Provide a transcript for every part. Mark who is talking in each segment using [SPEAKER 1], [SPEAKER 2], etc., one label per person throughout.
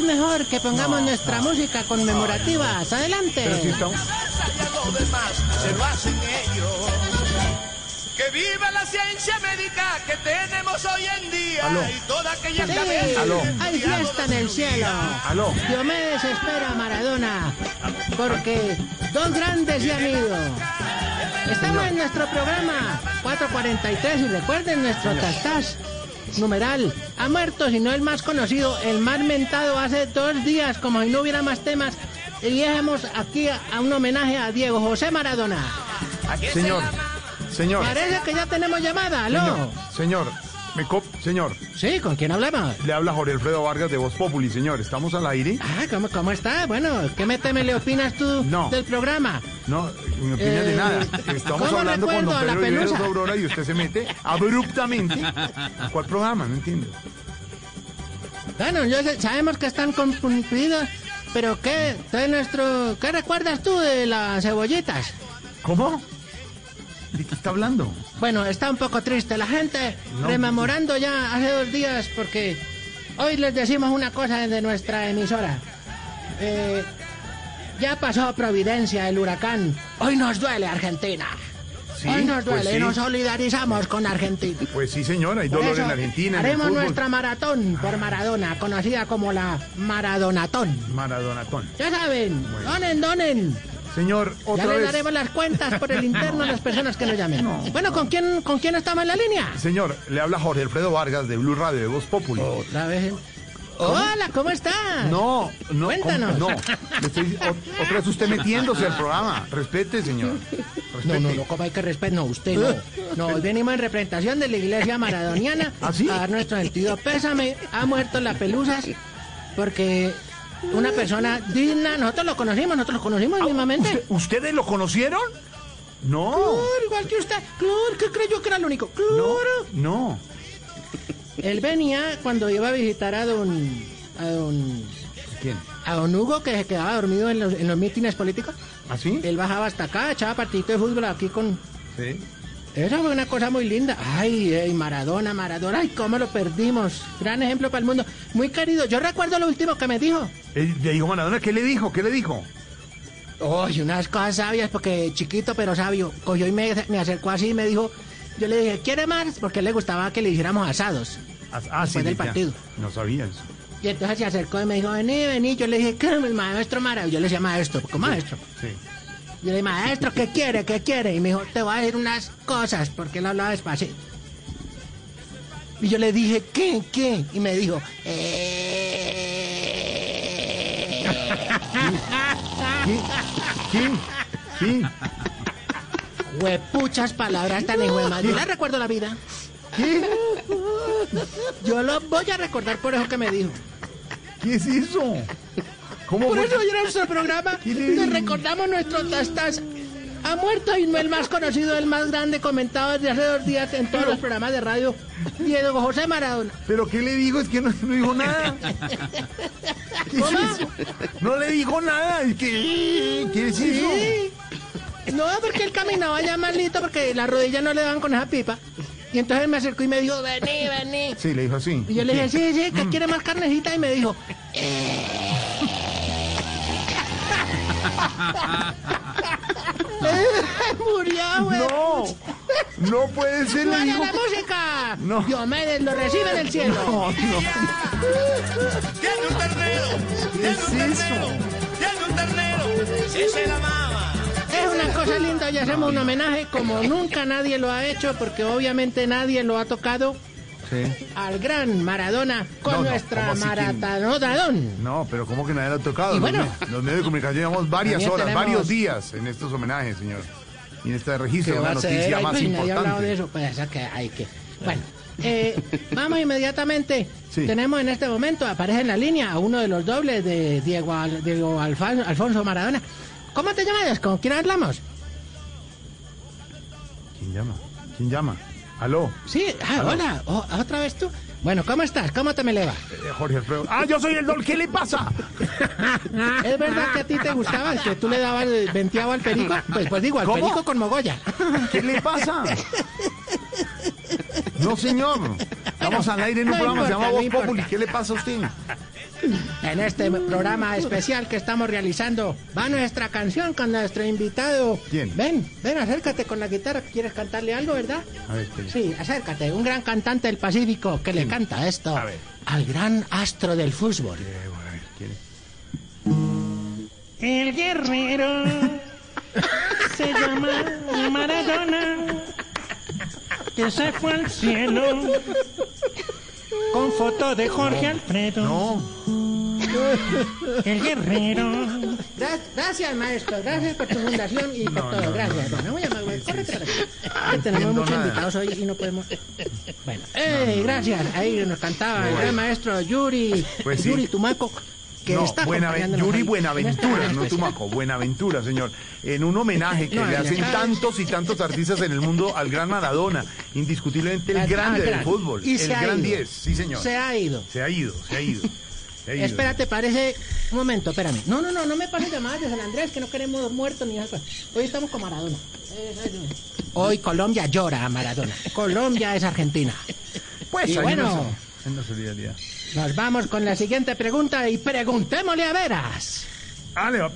[SPEAKER 1] mejor que pongamos nuestra música conmemorativa. Adelante.
[SPEAKER 2] Pero si estamos...
[SPEAKER 3] a lo demás se lo hacen ellos. Que viva la ciencia médica que tenemos hoy en día
[SPEAKER 2] Aló.
[SPEAKER 3] y toda aquella
[SPEAKER 1] Sí,
[SPEAKER 3] cabeza.
[SPEAKER 2] Aló.
[SPEAKER 1] hay fiesta en el cielo.
[SPEAKER 2] Aló.
[SPEAKER 1] Diomedes espera a Maradona porque dos grandes ya han ido. Estamos en nuestro programa 443 y recuerden nuestro tastas. Numeral, ha muerto, si no el más conocido, el más mentado hace dos días, como si no hubiera más temas. Y dejamos aquí a, a un homenaje a Diego José Maradona.
[SPEAKER 2] Señor, señor,
[SPEAKER 1] Parece que ya tenemos llamada,
[SPEAKER 2] señor,
[SPEAKER 1] ¿aló?
[SPEAKER 2] señor, me cop... Señor,
[SPEAKER 1] Sí, ¿con quién hablamos?
[SPEAKER 2] le habla Jorge Alfredo Vargas de Voz Populi, señor. ¿Estamos al aire?
[SPEAKER 1] Ah, ¿cómo, cómo está? Bueno, ¿qué me teme le opinas tú
[SPEAKER 2] No.
[SPEAKER 1] del programa?
[SPEAKER 2] No, mi opinión
[SPEAKER 1] Eh,
[SPEAKER 2] de nada. Estamos
[SPEAKER 1] ¿cómo
[SPEAKER 2] hablando con
[SPEAKER 1] recuerdo
[SPEAKER 2] don
[SPEAKER 1] a la
[SPEAKER 2] Pedro Rivero
[SPEAKER 1] pelusa?
[SPEAKER 2] sobre Aurora y usted se mete abruptamente. ¿Cuál programa? No entiendo.
[SPEAKER 1] Bueno, yo sé- sabemos que están confundidos, pero ¿qué? Entonces, nuestro, ¿Qué recuerdas tú de las cebollitas?
[SPEAKER 2] ¿Cómo? ¿De qué está hablando?
[SPEAKER 1] Bueno, está un poco triste la gente,
[SPEAKER 2] No.
[SPEAKER 1] rememorando ya hace dos días, porque hoy les decimos una cosa desde nuestra emisora. Eh, ya pasó Providencia, el huracán. Hoy nos duele Argentina.
[SPEAKER 2] Sí,
[SPEAKER 1] hoy nos duele
[SPEAKER 2] pues sí.
[SPEAKER 1] y nos solidarizamos con Argentina.
[SPEAKER 2] Pues sí, señor, hay
[SPEAKER 1] Por
[SPEAKER 2] dolor
[SPEAKER 1] eso,
[SPEAKER 2] en Argentina. en el
[SPEAKER 1] Haremos
[SPEAKER 2] fútbol. Ah.
[SPEAKER 1] nuestra maratón por Maradona, conocida como la Maradonatón.
[SPEAKER 2] Maradonatón.
[SPEAKER 1] Ya saben,
[SPEAKER 2] Bueno.
[SPEAKER 1] donen, donen.
[SPEAKER 2] Señor,
[SPEAKER 1] Ya
[SPEAKER 2] otra
[SPEAKER 1] les
[SPEAKER 2] vez.
[SPEAKER 1] daremos las cuentas por el interno a las personas que nos llamen. Bueno, ¿con quién, ¿con quién estamos en la línea?
[SPEAKER 2] Señor, le habla Jorge Alfredo Vargas de Blue Radio de Voz Populi.
[SPEAKER 1] Otra vez. Hola, ¿cómo estás?
[SPEAKER 2] No, no,
[SPEAKER 1] Cuéntanos.
[SPEAKER 2] ¿cómo? no. Le estoy- o- otra vez usted metiéndose al programa. Respete, señor.
[SPEAKER 1] No,
[SPEAKER 2] Respete.
[SPEAKER 1] no, no, ¿cómo hay que respetar? No, usted no. No, hoy venimos en representación de la iglesia maradoniana
[SPEAKER 2] ¿Ah, sí?
[SPEAKER 1] a dar nuestro sentido pésame. Ha muerto la pelusas porque una persona digna, nosotros lo conocimos, nosotros lo conocimos mismamente.
[SPEAKER 2] Ah, ¿Usted- ¿Ustedes lo conocieron? No.
[SPEAKER 1] Claro, igual que usted. Claro, que creyó que era el único.
[SPEAKER 2] No.
[SPEAKER 1] Claro.
[SPEAKER 2] No.
[SPEAKER 1] Él venía cuando iba a visitar a don. a don.
[SPEAKER 2] ¿Quién?
[SPEAKER 1] a don Hugo, que se quedaba dormido en los, en los mítines políticos.
[SPEAKER 2] ¿Así?
[SPEAKER 1] Él bajaba hasta acá, echaba partidito de fútbol aquí con.
[SPEAKER 2] Sí.
[SPEAKER 1] Esa fue una cosa muy linda. Ay, ey, Maradona, Maradona, ay, cómo lo perdimos. Gran ejemplo para el mundo. Muy querido, yo recuerdo lo último que me dijo.
[SPEAKER 2] Él- Le dijo Maradona, ¿qué le dijo? ¿Qué le dijo?
[SPEAKER 1] Oye, unas cosas sabias, porque chiquito pero sabio. Cogió y me, me acercó así y me dijo. Yo le dije, ¿quiere más? Porque le gustaba que le hiciéramos asados.
[SPEAKER 2] Ah, ah, sí,
[SPEAKER 1] Después del
[SPEAKER 2] ya.
[SPEAKER 1] partido.
[SPEAKER 2] No sabía eso.
[SPEAKER 1] Y entonces se acercó y me dijo, vení, vení. Yo le dije, ¿qué? El maestro maravilloso. Yo le decía, maestro, porque maestro.
[SPEAKER 2] Sí.
[SPEAKER 1] Yo le dije, maestro, ¿qué quiere? ¿Qué quiere? Y me dijo, te voy a decir unas cosas, porque él hablaba despacito. Y yo le dije, ¿qué? ¿Qué? Y me dijo, eh...
[SPEAKER 2] ¿Quién? ¿Quién?
[SPEAKER 1] Huepuchas palabras tan hijuemas. Yo las recuerdo la vida. Yo lo voy a recordar por eso que me dijo.
[SPEAKER 2] ¿Qué es eso? ¿Cómo
[SPEAKER 1] Por
[SPEAKER 2] fue?
[SPEAKER 1] eso hoy en nuestro programa les recordamos nuestro tastas. Ha muerto y no el más conocido, el más grande comentado desde hace dos días en todos los programas de radio, Diego José Maradona.
[SPEAKER 2] ¿Pero qué le digo? Es que no, no dijo nada. ¿Qué es eso? No le dijo nada. Es que- ¿Qué es eso?
[SPEAKER 1] Sí. No, porque él caminaba ya malito porque las rodillas no le daban con esa pipa. Y entonces él me acercó y me dijo, vení, vení.
[SPEAKER 2] Sí, le dijo así.
[SPEAKER 1] Y yo le dije, sí, sí, que quiere más carnecita. Y me dijo, "Eh". murió, güey.
[SPEAKER 2] No, no puede ser. Le
[SPEAKER 1] ¡Vaya
[SPEAKER 2] dijo.
[SPEAKER 1] la música!
[SPEAKER 2] No.
[SPEAKER 1] Diomedes lo recibe en el cielo.
[SPEAKER 2] No, no.
[SPEAKER 3] Tiene un ternero, tiene un
[SPEAKER 2] es eso?
[SPEAKER 3] ternero, tiene un ternero, si se la mama.
[SPEAKER 1] Es una cosa linda y hacemos un homenaje como nunca nadie lo ha hecho porque obviamente nadie lo ha tocado
[SPEAKER 2] Sí.
[SPEAKER 1] al gran Maradona con
[SPEAKER 2] No, no,
[SPEAKER 1] nuestra
[SPEAKER 2] ¿cómo así que-
[SPEAKER 1] Maratonodadón.
[SPEAKER 2] No, pero ¿cómo que nadie lo ha tocado?
[SPEAKER 1] Y bueno.
[SPEAKER 2] los, me- los medios de comunicación llevamos varias
[SPEAKER 1] También
[SPEAKER 2] horas,
[SPEAKER 1] tenemos-
[SPEAKER 2] varios días en estos homenajes, señor. Y en este registro
[SPEAKER 1] ¿Qué
[SPEAKER 2] de
[SPEAKER 1] va
[SPEAKER 2] la
[SPEAKER 1] a ser?
[SPEAKER 2] noticia
[SPEAKER 1] Ay,
[SPEAKER 2] más
[SPEAKER 1] pues, nadie ha hablado
[SPEAKER 2] importante.
[SPEAKER 1] de eso, pues esa que hay que. Bueno, eh, vamos inmediatamente.
[SPEAKER 2] Sí.
[SPEAKER 1] Tenemos en este momento, aparece en la línea a uno de los dobles de Diego, Al- Diego Alfan- Alfonso Maradona. ¿Cómo te llamas? ¿Con quién hablamos?
[SPEAKER 2] ¿Quién llama? ¿Quién llama? ¿Aló?
[SPEAKER 1] Sí, ah, hola, o- otra vez tú. Bueno, ¿cómo estás? ¿Cómo te me eleva?
[SPEAKER 2] Eh, Jorge Alfredo. ¡Ah, yo soy el Dol! ¿Qué le pasa?
[SPEAKER 1] ¿Es verdad que a ti te gustaba el que tú le dabas eh, venteado al perico? Pues, pues digo, al
[SPEAKER 2] ¿Cómo?
[SPEAKER 1] perico con mogolla.
[SPEAKER 2] ¿Qué le pasa? No, señor. Estamos al aire en un
[SPEAKER 1] no
[SPEAKER 2] programa que se
[SPEAKER 1] importa,
[SPEAKER 2] llama
[SPEAKER 1] no
[SPEAKER 2] Voz
[SPEAKER 1] importa.
[SPEAKER 2] Populi. ¿Qué le pasa a usted?
[SPEAKER 1] En este programa especial que estamos realizando va nuestra canción con nuestro invitado.
[SPEAKER 2] ¿Quién?
[SPEAKER 1] Ven, ven, acércate con la guitarra. ¿Quieres cantarle algo, verdad?
[SPEAKER 2] A ver, ¿qué?
[SPEAKER 1] Sí, acércate. Un gran cantante del Pacífico que le canta esto
[SPEAKER 2] A ver.
[SPEAKER 1] al gran astro del fútbol.
[SPEAKER 2] Eh, bueno, a ver, ¿quién?
[SPEAKER 4] El guerrero se llama Maradona, que se fue al cielo con foto de Jorge Alfredo.
[SPEAKER 2] No,
[SPEAKER 4] El guerrero
[SPEAKER 1] Gra- Gracias, maestro. Gracias por tu fundación y por todo. gracias, hermano. Muy amable. Córrete para acá. Que Tenemos
[SPEAKER 2] entiendo
[SPEAKER 1] muchos
[SPEAKER 2] nada.
[SPEAKER 1] invitados hoy y no podemos. Bueno, ¡ey! gracias. Ahí nos cantaba el gran maestro Yuri,
[SPEAKER 2] Pues sí.
[SPEAKER 1] Yuri Tumaco. Que
[SPEAKER 2] no,
[SPEAKER 1] está
[SPEAKER 2] Buenaven-
[SPEAKER 1] acompañándonos
[SPEAKER 2] Yuri
[SPEAKER 1] hoy.
[SPEAKER 2] Buenaventura, no Tumaco, Buenaventura, señor. En un homenaje que
[SPEAKER 1] No,
[SPEAKER 2] le
[SPEAKER 1] ya
[SPEAKER 2] hacen
[SPEAKER 1] sabes.
[SPEAKER 2] tantos y tantos artistas en el mundo al gran Maradona, indiscutiblemente
[SPEAKER 1] Ah,
[SPEAKER 2] el grande del
[SPEAKER 1] gran.
[SPEAKER 2] fútbol,
[SPEAKER 1] Y
[SPEAKER 2] el
[SPEAKER 1] se ha
[SPEAKER 2] gran
[SPEAKER 1] ido.
[SPEAKER 2] 10, sí, señor.
[SPEAKER 1] Se ha ido.
[SPEAKER 2] Se ha ido, se ha ido. se ha ido.
[SPEAKER 1] Espérate, parece. Un momento, espérame. No, no, no, no me pases llamadas de San Andrés, que no queremos muertos ni nada. Hoy estamos con Maradona. Hoy Colombia llora a Maradona. Colombia es Argentina.
[SPEAKER 2] Pues
[SPEAKER 1] Y
[SPEAKER 2] ahí
[SPEAKER 1] bueno.
[SPEAKER 2] nos- en la solidaridad.
[SPEAKER 1] Nos vamos con la siguiente pregunta y preguntémosle a Veras.
[SPEAKER 2] Ah, le va-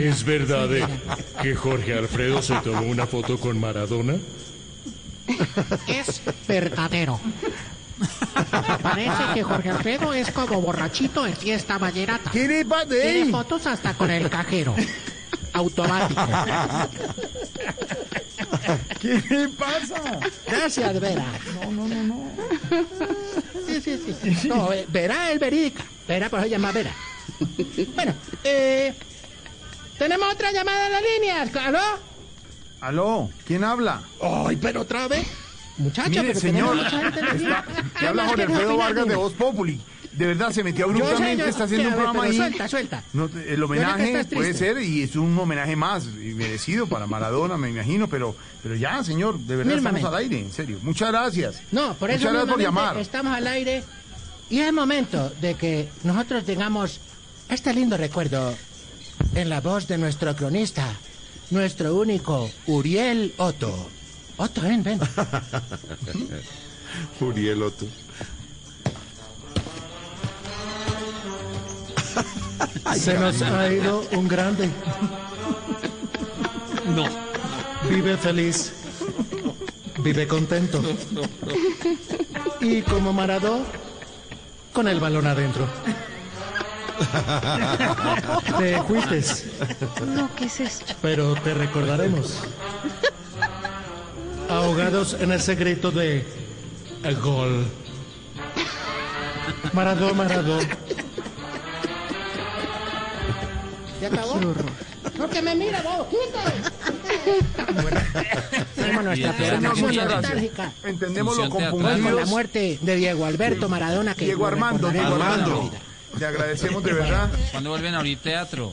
[SPEAKER 5] ¿Es verdad eh, que Jorge Alfredo se tomó una foto con Maradona?
[SPEAKER 1] Es verdadero. Parece que Jorge Alfredo es como borrachito en fiesta vallerata.
[SPEAKER 2] ¿Qué le pasa?
[SPEAKER 1] Tiene
[SPEAKER 2] Ey,
[SPEAKER 1] fotos hasta con el cajero. Automático.
[SPEAKER 2] ¿Qué le pasa?
[SPEAKER 1] Gracias, Vera. No, no, no, no. Sí, sí, sí. No, eh, Vera es verídica. Vera, por eso se llama Vera. Bueno, eh, tenemos otra llamada en la línea. ¿Aló?
[SPEAKER 2] Aló, ¿quién habla?
[SPEAKER 1] Ay, pero otra vez. Muchacho,
[SPEAKER 2] Mire,
[SPEAKER 1] pero
[SPEAKER 2] señor,
[SPEAKER 1] Ah, tenemos mucha gente en la línea.
[SPEAKER 2] Le habla
[SPEAKER 1] Además,
[SPEAKER 2] Jorge
[SPEAKER 1] ¿quieres
[SPEAKER 2] Alfredo
[SPEAKER 1] opinar?
[SPEAKER 2] Vargas de
[SPEAKER 1] Dime.
[SPEAKER 2] Voz Populi. De verdad, se metió abruptamente,
[SPEAKER 1] Yo sé, yo-
[SPEAKER 2] está haciendo
[SPEAKER 1] a
[SPEAKER 2] un
[SPEAKER 1] ver,
[SPEAKER 2] programa ahí.
[SPEAKER 1] pero suelta, suelta.
[SPEAKER 2] No, te- el
[SPEAKER 1] Yo sé que
[SPEAKER 2] homenaje
[SPEAKER 1] estás
[SPEAKER 2] puede
[SPEAKER 1] triste.
[SPEAKER 2] ser y es un homenaje más y merecido para Maradona, me imagino, pero, pero ya, señor, de verdad
[SPEAKER 1] Mírmame.
[SPEAKER 2] estamos al aire, en serio. Muchas gracias.
[SPEAKER 1] No, por eso
[SPEAKER 2] Muchas gracias por
[SPEAKER 1] nuevamente
[SPEAKER 2] llamar.
[SPEAKER 1] estamos al aire y es momento de que nosotros tengamos este lindo recuerdo en la voz de nuestro cronista, nuestro único Uriel Otto. Otto, ven, ven.
[SPEAKER 6] Uriel Otto.
[SPEAKER 7] Se nos ha ido un grande. No. Vive feliz. Vive contento. Y como Maradó, con el balón adentro. Te fuites,
[SPEAKER 8] No, ¿qué es esto?
[SPEAKER 7] pero te recordaremos. Ahogados en ese grito de el gol. Maradó, Maradó.
[SPEAKER 1] ¿Ya acabó? No, que me mira, bobo, quítale. Tenemos nuestra
[SPEAKER 2] Señor,
[SPEAKER 1] programación
[SPEAKER 2] muchas gracias.
[SPEAKER 1] nostálgica.
[SPEAKER 2] Entendemos lo
[SPEAKER 1] Hoy con la
[SPEAKER 2] confundidos.
[SPEAKER 1] muerte de Diego Alberto Maradona. Que
[SPEAKER 2] Diego
[SPEAKER 1] lo
[SPEAKER 2] Armando, Diego
[SPEAKER 1] recordaremos
[SPEAKER 2] Armando.
[SPEAKER 1] toda la vida.
[SPEAKER 2] Le agradecemos de verdad.
[SPEAKER 9] ¿Cuándo vuelven a abrir teatro?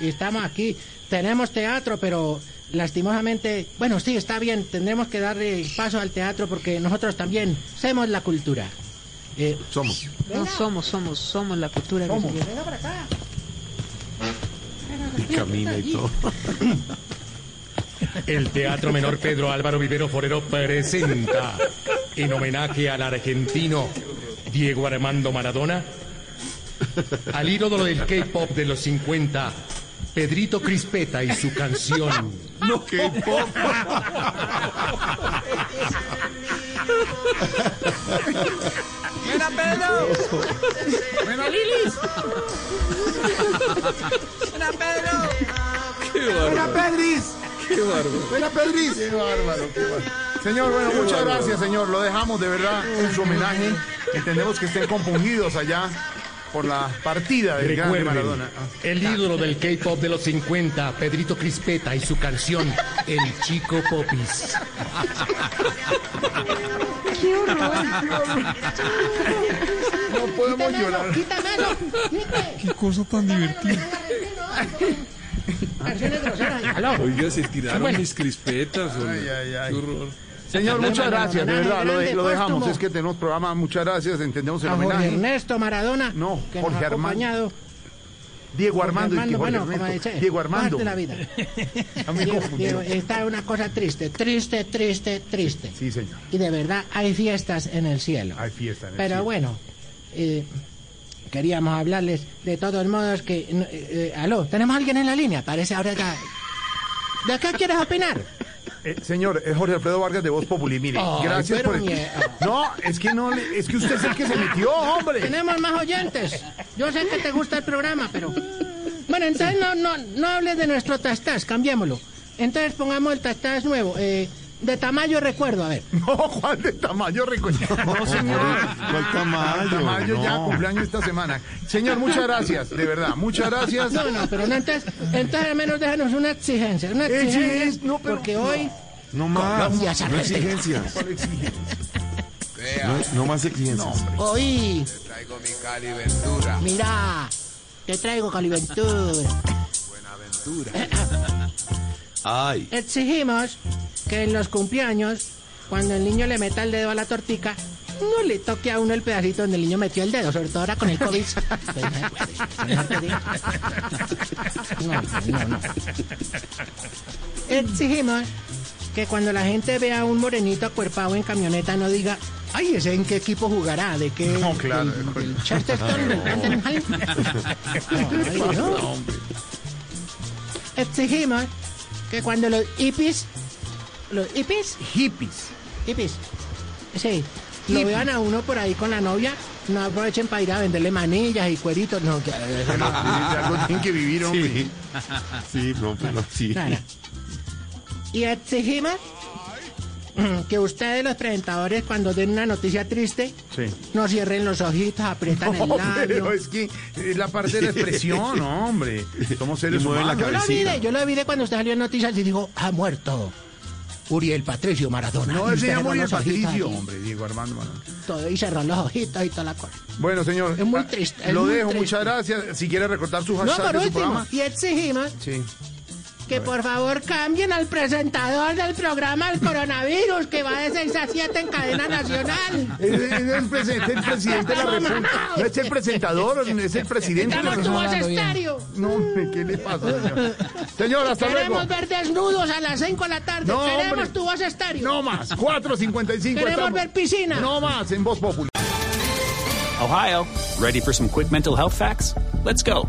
[SPEAKER 1] Y estamos aquí, tenemos teatro, pero lastimosamente, bueno, sí, está bien, tendremos que darle el paso al teatro porque nosotros también somos la cultura. Eh,
[SPEAKER 6] Somos.
[SPEAKER 8] No somos, somos, somos la cultura. brasileña.
[SPEAKER 1] venga para acá.
[SPEAKER 6] Y camina y todo.
[SPEAKER 5] El Teatro Menor Pedro Álvaro Vivero Forero presenta, en homenaje al argentino Diego Armando Maradona, al ídolo del K-pop de los 50, Pedrito Crispeta y su canción.
[SPEAKER 6] No, qué poco.
[SPEAKER 3] ¡Mira, Pedro! ¡Mira, Lilis! ¡Mira, Pedro!
[SPEAKER 2] ¡Fuera Pedris! ¡Fuera Pedris! ¡Qué bárbaro! qué bárbaro. Señor, bueno, muchas gracias, señor. Lo dejamos de verdad en su homenaje. Entendemos que estén compungidos allá por la partida del gran
[SPEAKER 5] Recuerden,
[SPEAKER 2] Maradona. Ah.
[SPEAKER 5] el ídolo del K-pop de los 50, Pedrito Crispeta, y su canción, El Chico Popis.
[SPEAKER 8] ¡Qué horror!
[SPEAKER 2] No podemos llorar.
[SPEAKER 1] ¡Quítamelo!
[SPEAKER 7] Qué cosa tan divertida.
[SPEAKER 1] Canciones groseras.
[SPEAKER 6] Oiga, se
[SPEAKER 5] Ah,
[SPEAKER 6] tiraron mis crispetas.
[SPEAKER 2] Ay, ay, ay.
[SPEAKER 6] Qué horror.
[SPEAKER 2] Señor, muchas gracias, de verdad, lo, de- lo dejamos.
[SPEAKER 1] póstumo. Ah,
[SPEAKER 2] Es que tenemos programa, muchas gracias, entendemos el
[SPEAKER 1] A Jorge
[SPEAKER 2] homenaje.
[SPEAKER 1] Ernesto Maradona.
[SPEAKER 2] No,
[SPEAKER 1] que nos
[SPEAKER 2] Jorge
[SPEAKER 1] ha
[SPEAKER 2] Armando.
[SPEAKER 1] acompañado.
[SPEAKER 2] Diego
[SPEAKER 1] Jorge
[SPEAKER 2] Armando, y que Jorge
[SPEAKER 1] bueno, como
[SPEAKER 2] Ernesto.
[SPEAKER 1] dice,
[SPEAKER 2] Diego Armando.
[SPEAKER 1] parte de la vida.
[SPEAKER 2] Ya me
[SPEAKER 1] Diego-
[SPEAKER 2] confundí.
[SPEAKER 1] Diego, eh. esta es una cosa triste, triste, triste, triste.
[SPEAKER 2] Sí, señor.
[SPEAKER 1] Y de verdad hay fiestas en el cielo.
[SPEAKER 2] Hay fiesta en el
[SPEAKER 1] Pero
[SPEAKER 2] cielo.
[SPEAKER 1] bueno, eh, queríamos hablarles de todos modos que... no, eh, eh, aló, ¿tenemos alguien en la línea? Parece ahora acá... ¿De qué quieres opinar?
[SPEAKER 2] Eh, señor, es Jorge Alfredo Vargas de Voz Populi. Mire,
[SPEAKER 1] Ay,
[SPEAKER 2] gracias
[SPEAKER 1] pero
[SPEAKER 2] por.
[SPEAKER 1] mierda.
[SPEAKER 2] No, es que no, le- es que usted es el que se metió, hombre.
[SPEAKER 1] Tenemos más oyentes. Yo sé que te gusta el programa, pero... Bueno, entonces no, no, no hables de nuestro tastás, cambiémoslo. Entonces pongamos el tastás nuevo. eh, de Tamayo recuerdo, a ver.
[SPEAKER 2] No, Juan de Tamayo recuerdo. No, señor.
[SPEAKER 6] ¿Cuál tamaño?
[SPEAKER 2] Tamayo ya cumpleaños esta semana. Señor, muchas gracias, de verdad, muchas gracias.
[SPEAKER 1] No, no, pero no, entonces, entonces al menos déjanos una exigencia. Una exigencia
[SPEAKER 2] Exige- no, pero-
[SPEAKER 1] porque
[SPEAKER 2] no.
[SPEAKER 1] hoy...
[SPEAKER 6] No más.
[SPEAKER 1] Ya se
[SPEAKER 6] No
[SPEAKER 1] arrepintió.
[SPEAKER 6] exigencias. No, no más exigencias.
[SPEAKER 1] Hoy,
[SPEAKER 3] Traigo mi Cali Ventura.
[SPEAKER 1] mira, te traigo Caliventura.
[SPEAKER 6] Ay.
[SPEAKER 1] Exigimos que en los cumpleaños, cuando el niño le meta el dedo a la tortica, no le toque a uno el pedacito donde el niño metió el dedo, sobre todo ahora con el COVID. No, no, no. Exigimos que cuando la gente vea a un morenito acuerpado en camioneta no diga, ay, ese en qué equipo jugará, de qué...
[SPEAKER 2] No, claro, de
[SPEAKER 1] del-
[SPEAKER 2] acuerdo.
[SPEAKER 1] del Chesterton, del Tottenham". No, ay, no. Exigimos que cuando los hippies, los hippies,
[SPEAKER 2] Hippies.
[SPEAKER 1] hippies, sí, lo vean a uno por ahí con la novia, no aprovechen para ir a venderle manillas y cueritos, no, que-
[SPEAKER 2] Bueno, de algo tienen que vivir, hombre.
[SPEAKER 6] Sí. Sí, no, pero sí.
[SPEAKER 1] nada. Y exigimos mm, que ustedes los presentadores cuando den una noticia triste,
[SPEAKER 2] Sí.
[SPEAKER 1] no cierren los ojitos, aprietan el
[SPEAKER 2] No,
[SPEAKER 1] labio.
[SPEAKER 2] pero es que es la parte de la expresión, hombre. Somos seres
[SPEAKER 6] Y mueve la
[SPEAKER 2] humanos.
[SPEAKER 1] Yo lo vi,
[SPEAKER 6] cabecita.
[SPEAKER 1] de- yo lo vi de cuando usted salió en noticias y dijo, ha muerto Uriel Patricio Maradona.
[SPEAKER 2] No,
[SPEAKER 1] Y
[SPEAKER 2] él se
[SPEAKER 1] usted cerró
[SPEAKER 2] llama Uriel
[SPEAKER 1] los ojitos
[SPEAKER 2] Patricio,
[SPEAKER 1] así,
[SPEAKER 2] hombre, Diego Armando Maradona.
[SPEAKER 1] todo, y cerró los ojitos y toda la cosa.
[SPEAKER 2] Bueno, señor.
[SPEAKER 1] Es muy
[SPEAKER 2] ah,
[SPEAKER 1] triste, es
[SPEAKER 2] Lo
[SPEAKER 1] muy
[SPEAKER 2] dejo,
[SPEAKER 1] triste.
[SPEAKER 2] muchas gracias. Si quiere recortar su
[SPEAKER 1] No,
[SPEAKER 2] hashtag
[SPEAKER 1] por
[SPEAKER 2] de su
[SPEAKER 1] último,
[SPEAKER 2] programa.
[SPEAKER 1] y exigimos
[SPEAKER 2] Sí.
[SPEAKER 1] que por favor cambien al presentador del programa El Coronavirus, que va de 6 a 7 en cadena nacional.
[SPEAKER 2] Es, es el, prese- es el presidente de la República. No es el presentador, es el presidente de la
[SPEAKER 1] Estamos tu voz
[SPEAKER 2] República.
[SPEAKER 1] estéreo.
[SPEAKER 2] No, hombre, ¿qué le pasa, señor? Señor, hasta luego.
[SPEAKER 1] Queremos ver desnudos a las 5 de la tarde.
[SPEAKER 2] No,
[SPEAKER 1] Queremos
[SPEAKER 2] hombre.
[SPEAKER 1] tu voz estéreo.
[SPEAKER 2] No más. 4.55.
[SPEAKER 1] Queremos
[SPEAKER 2] estamos.
[SPEAKER 1] ver piscina.
[SPEAKER 2] No más en Voz Popular.
[SPEAKER 9] Ohio, ready for some quick mental health facts? Let's go.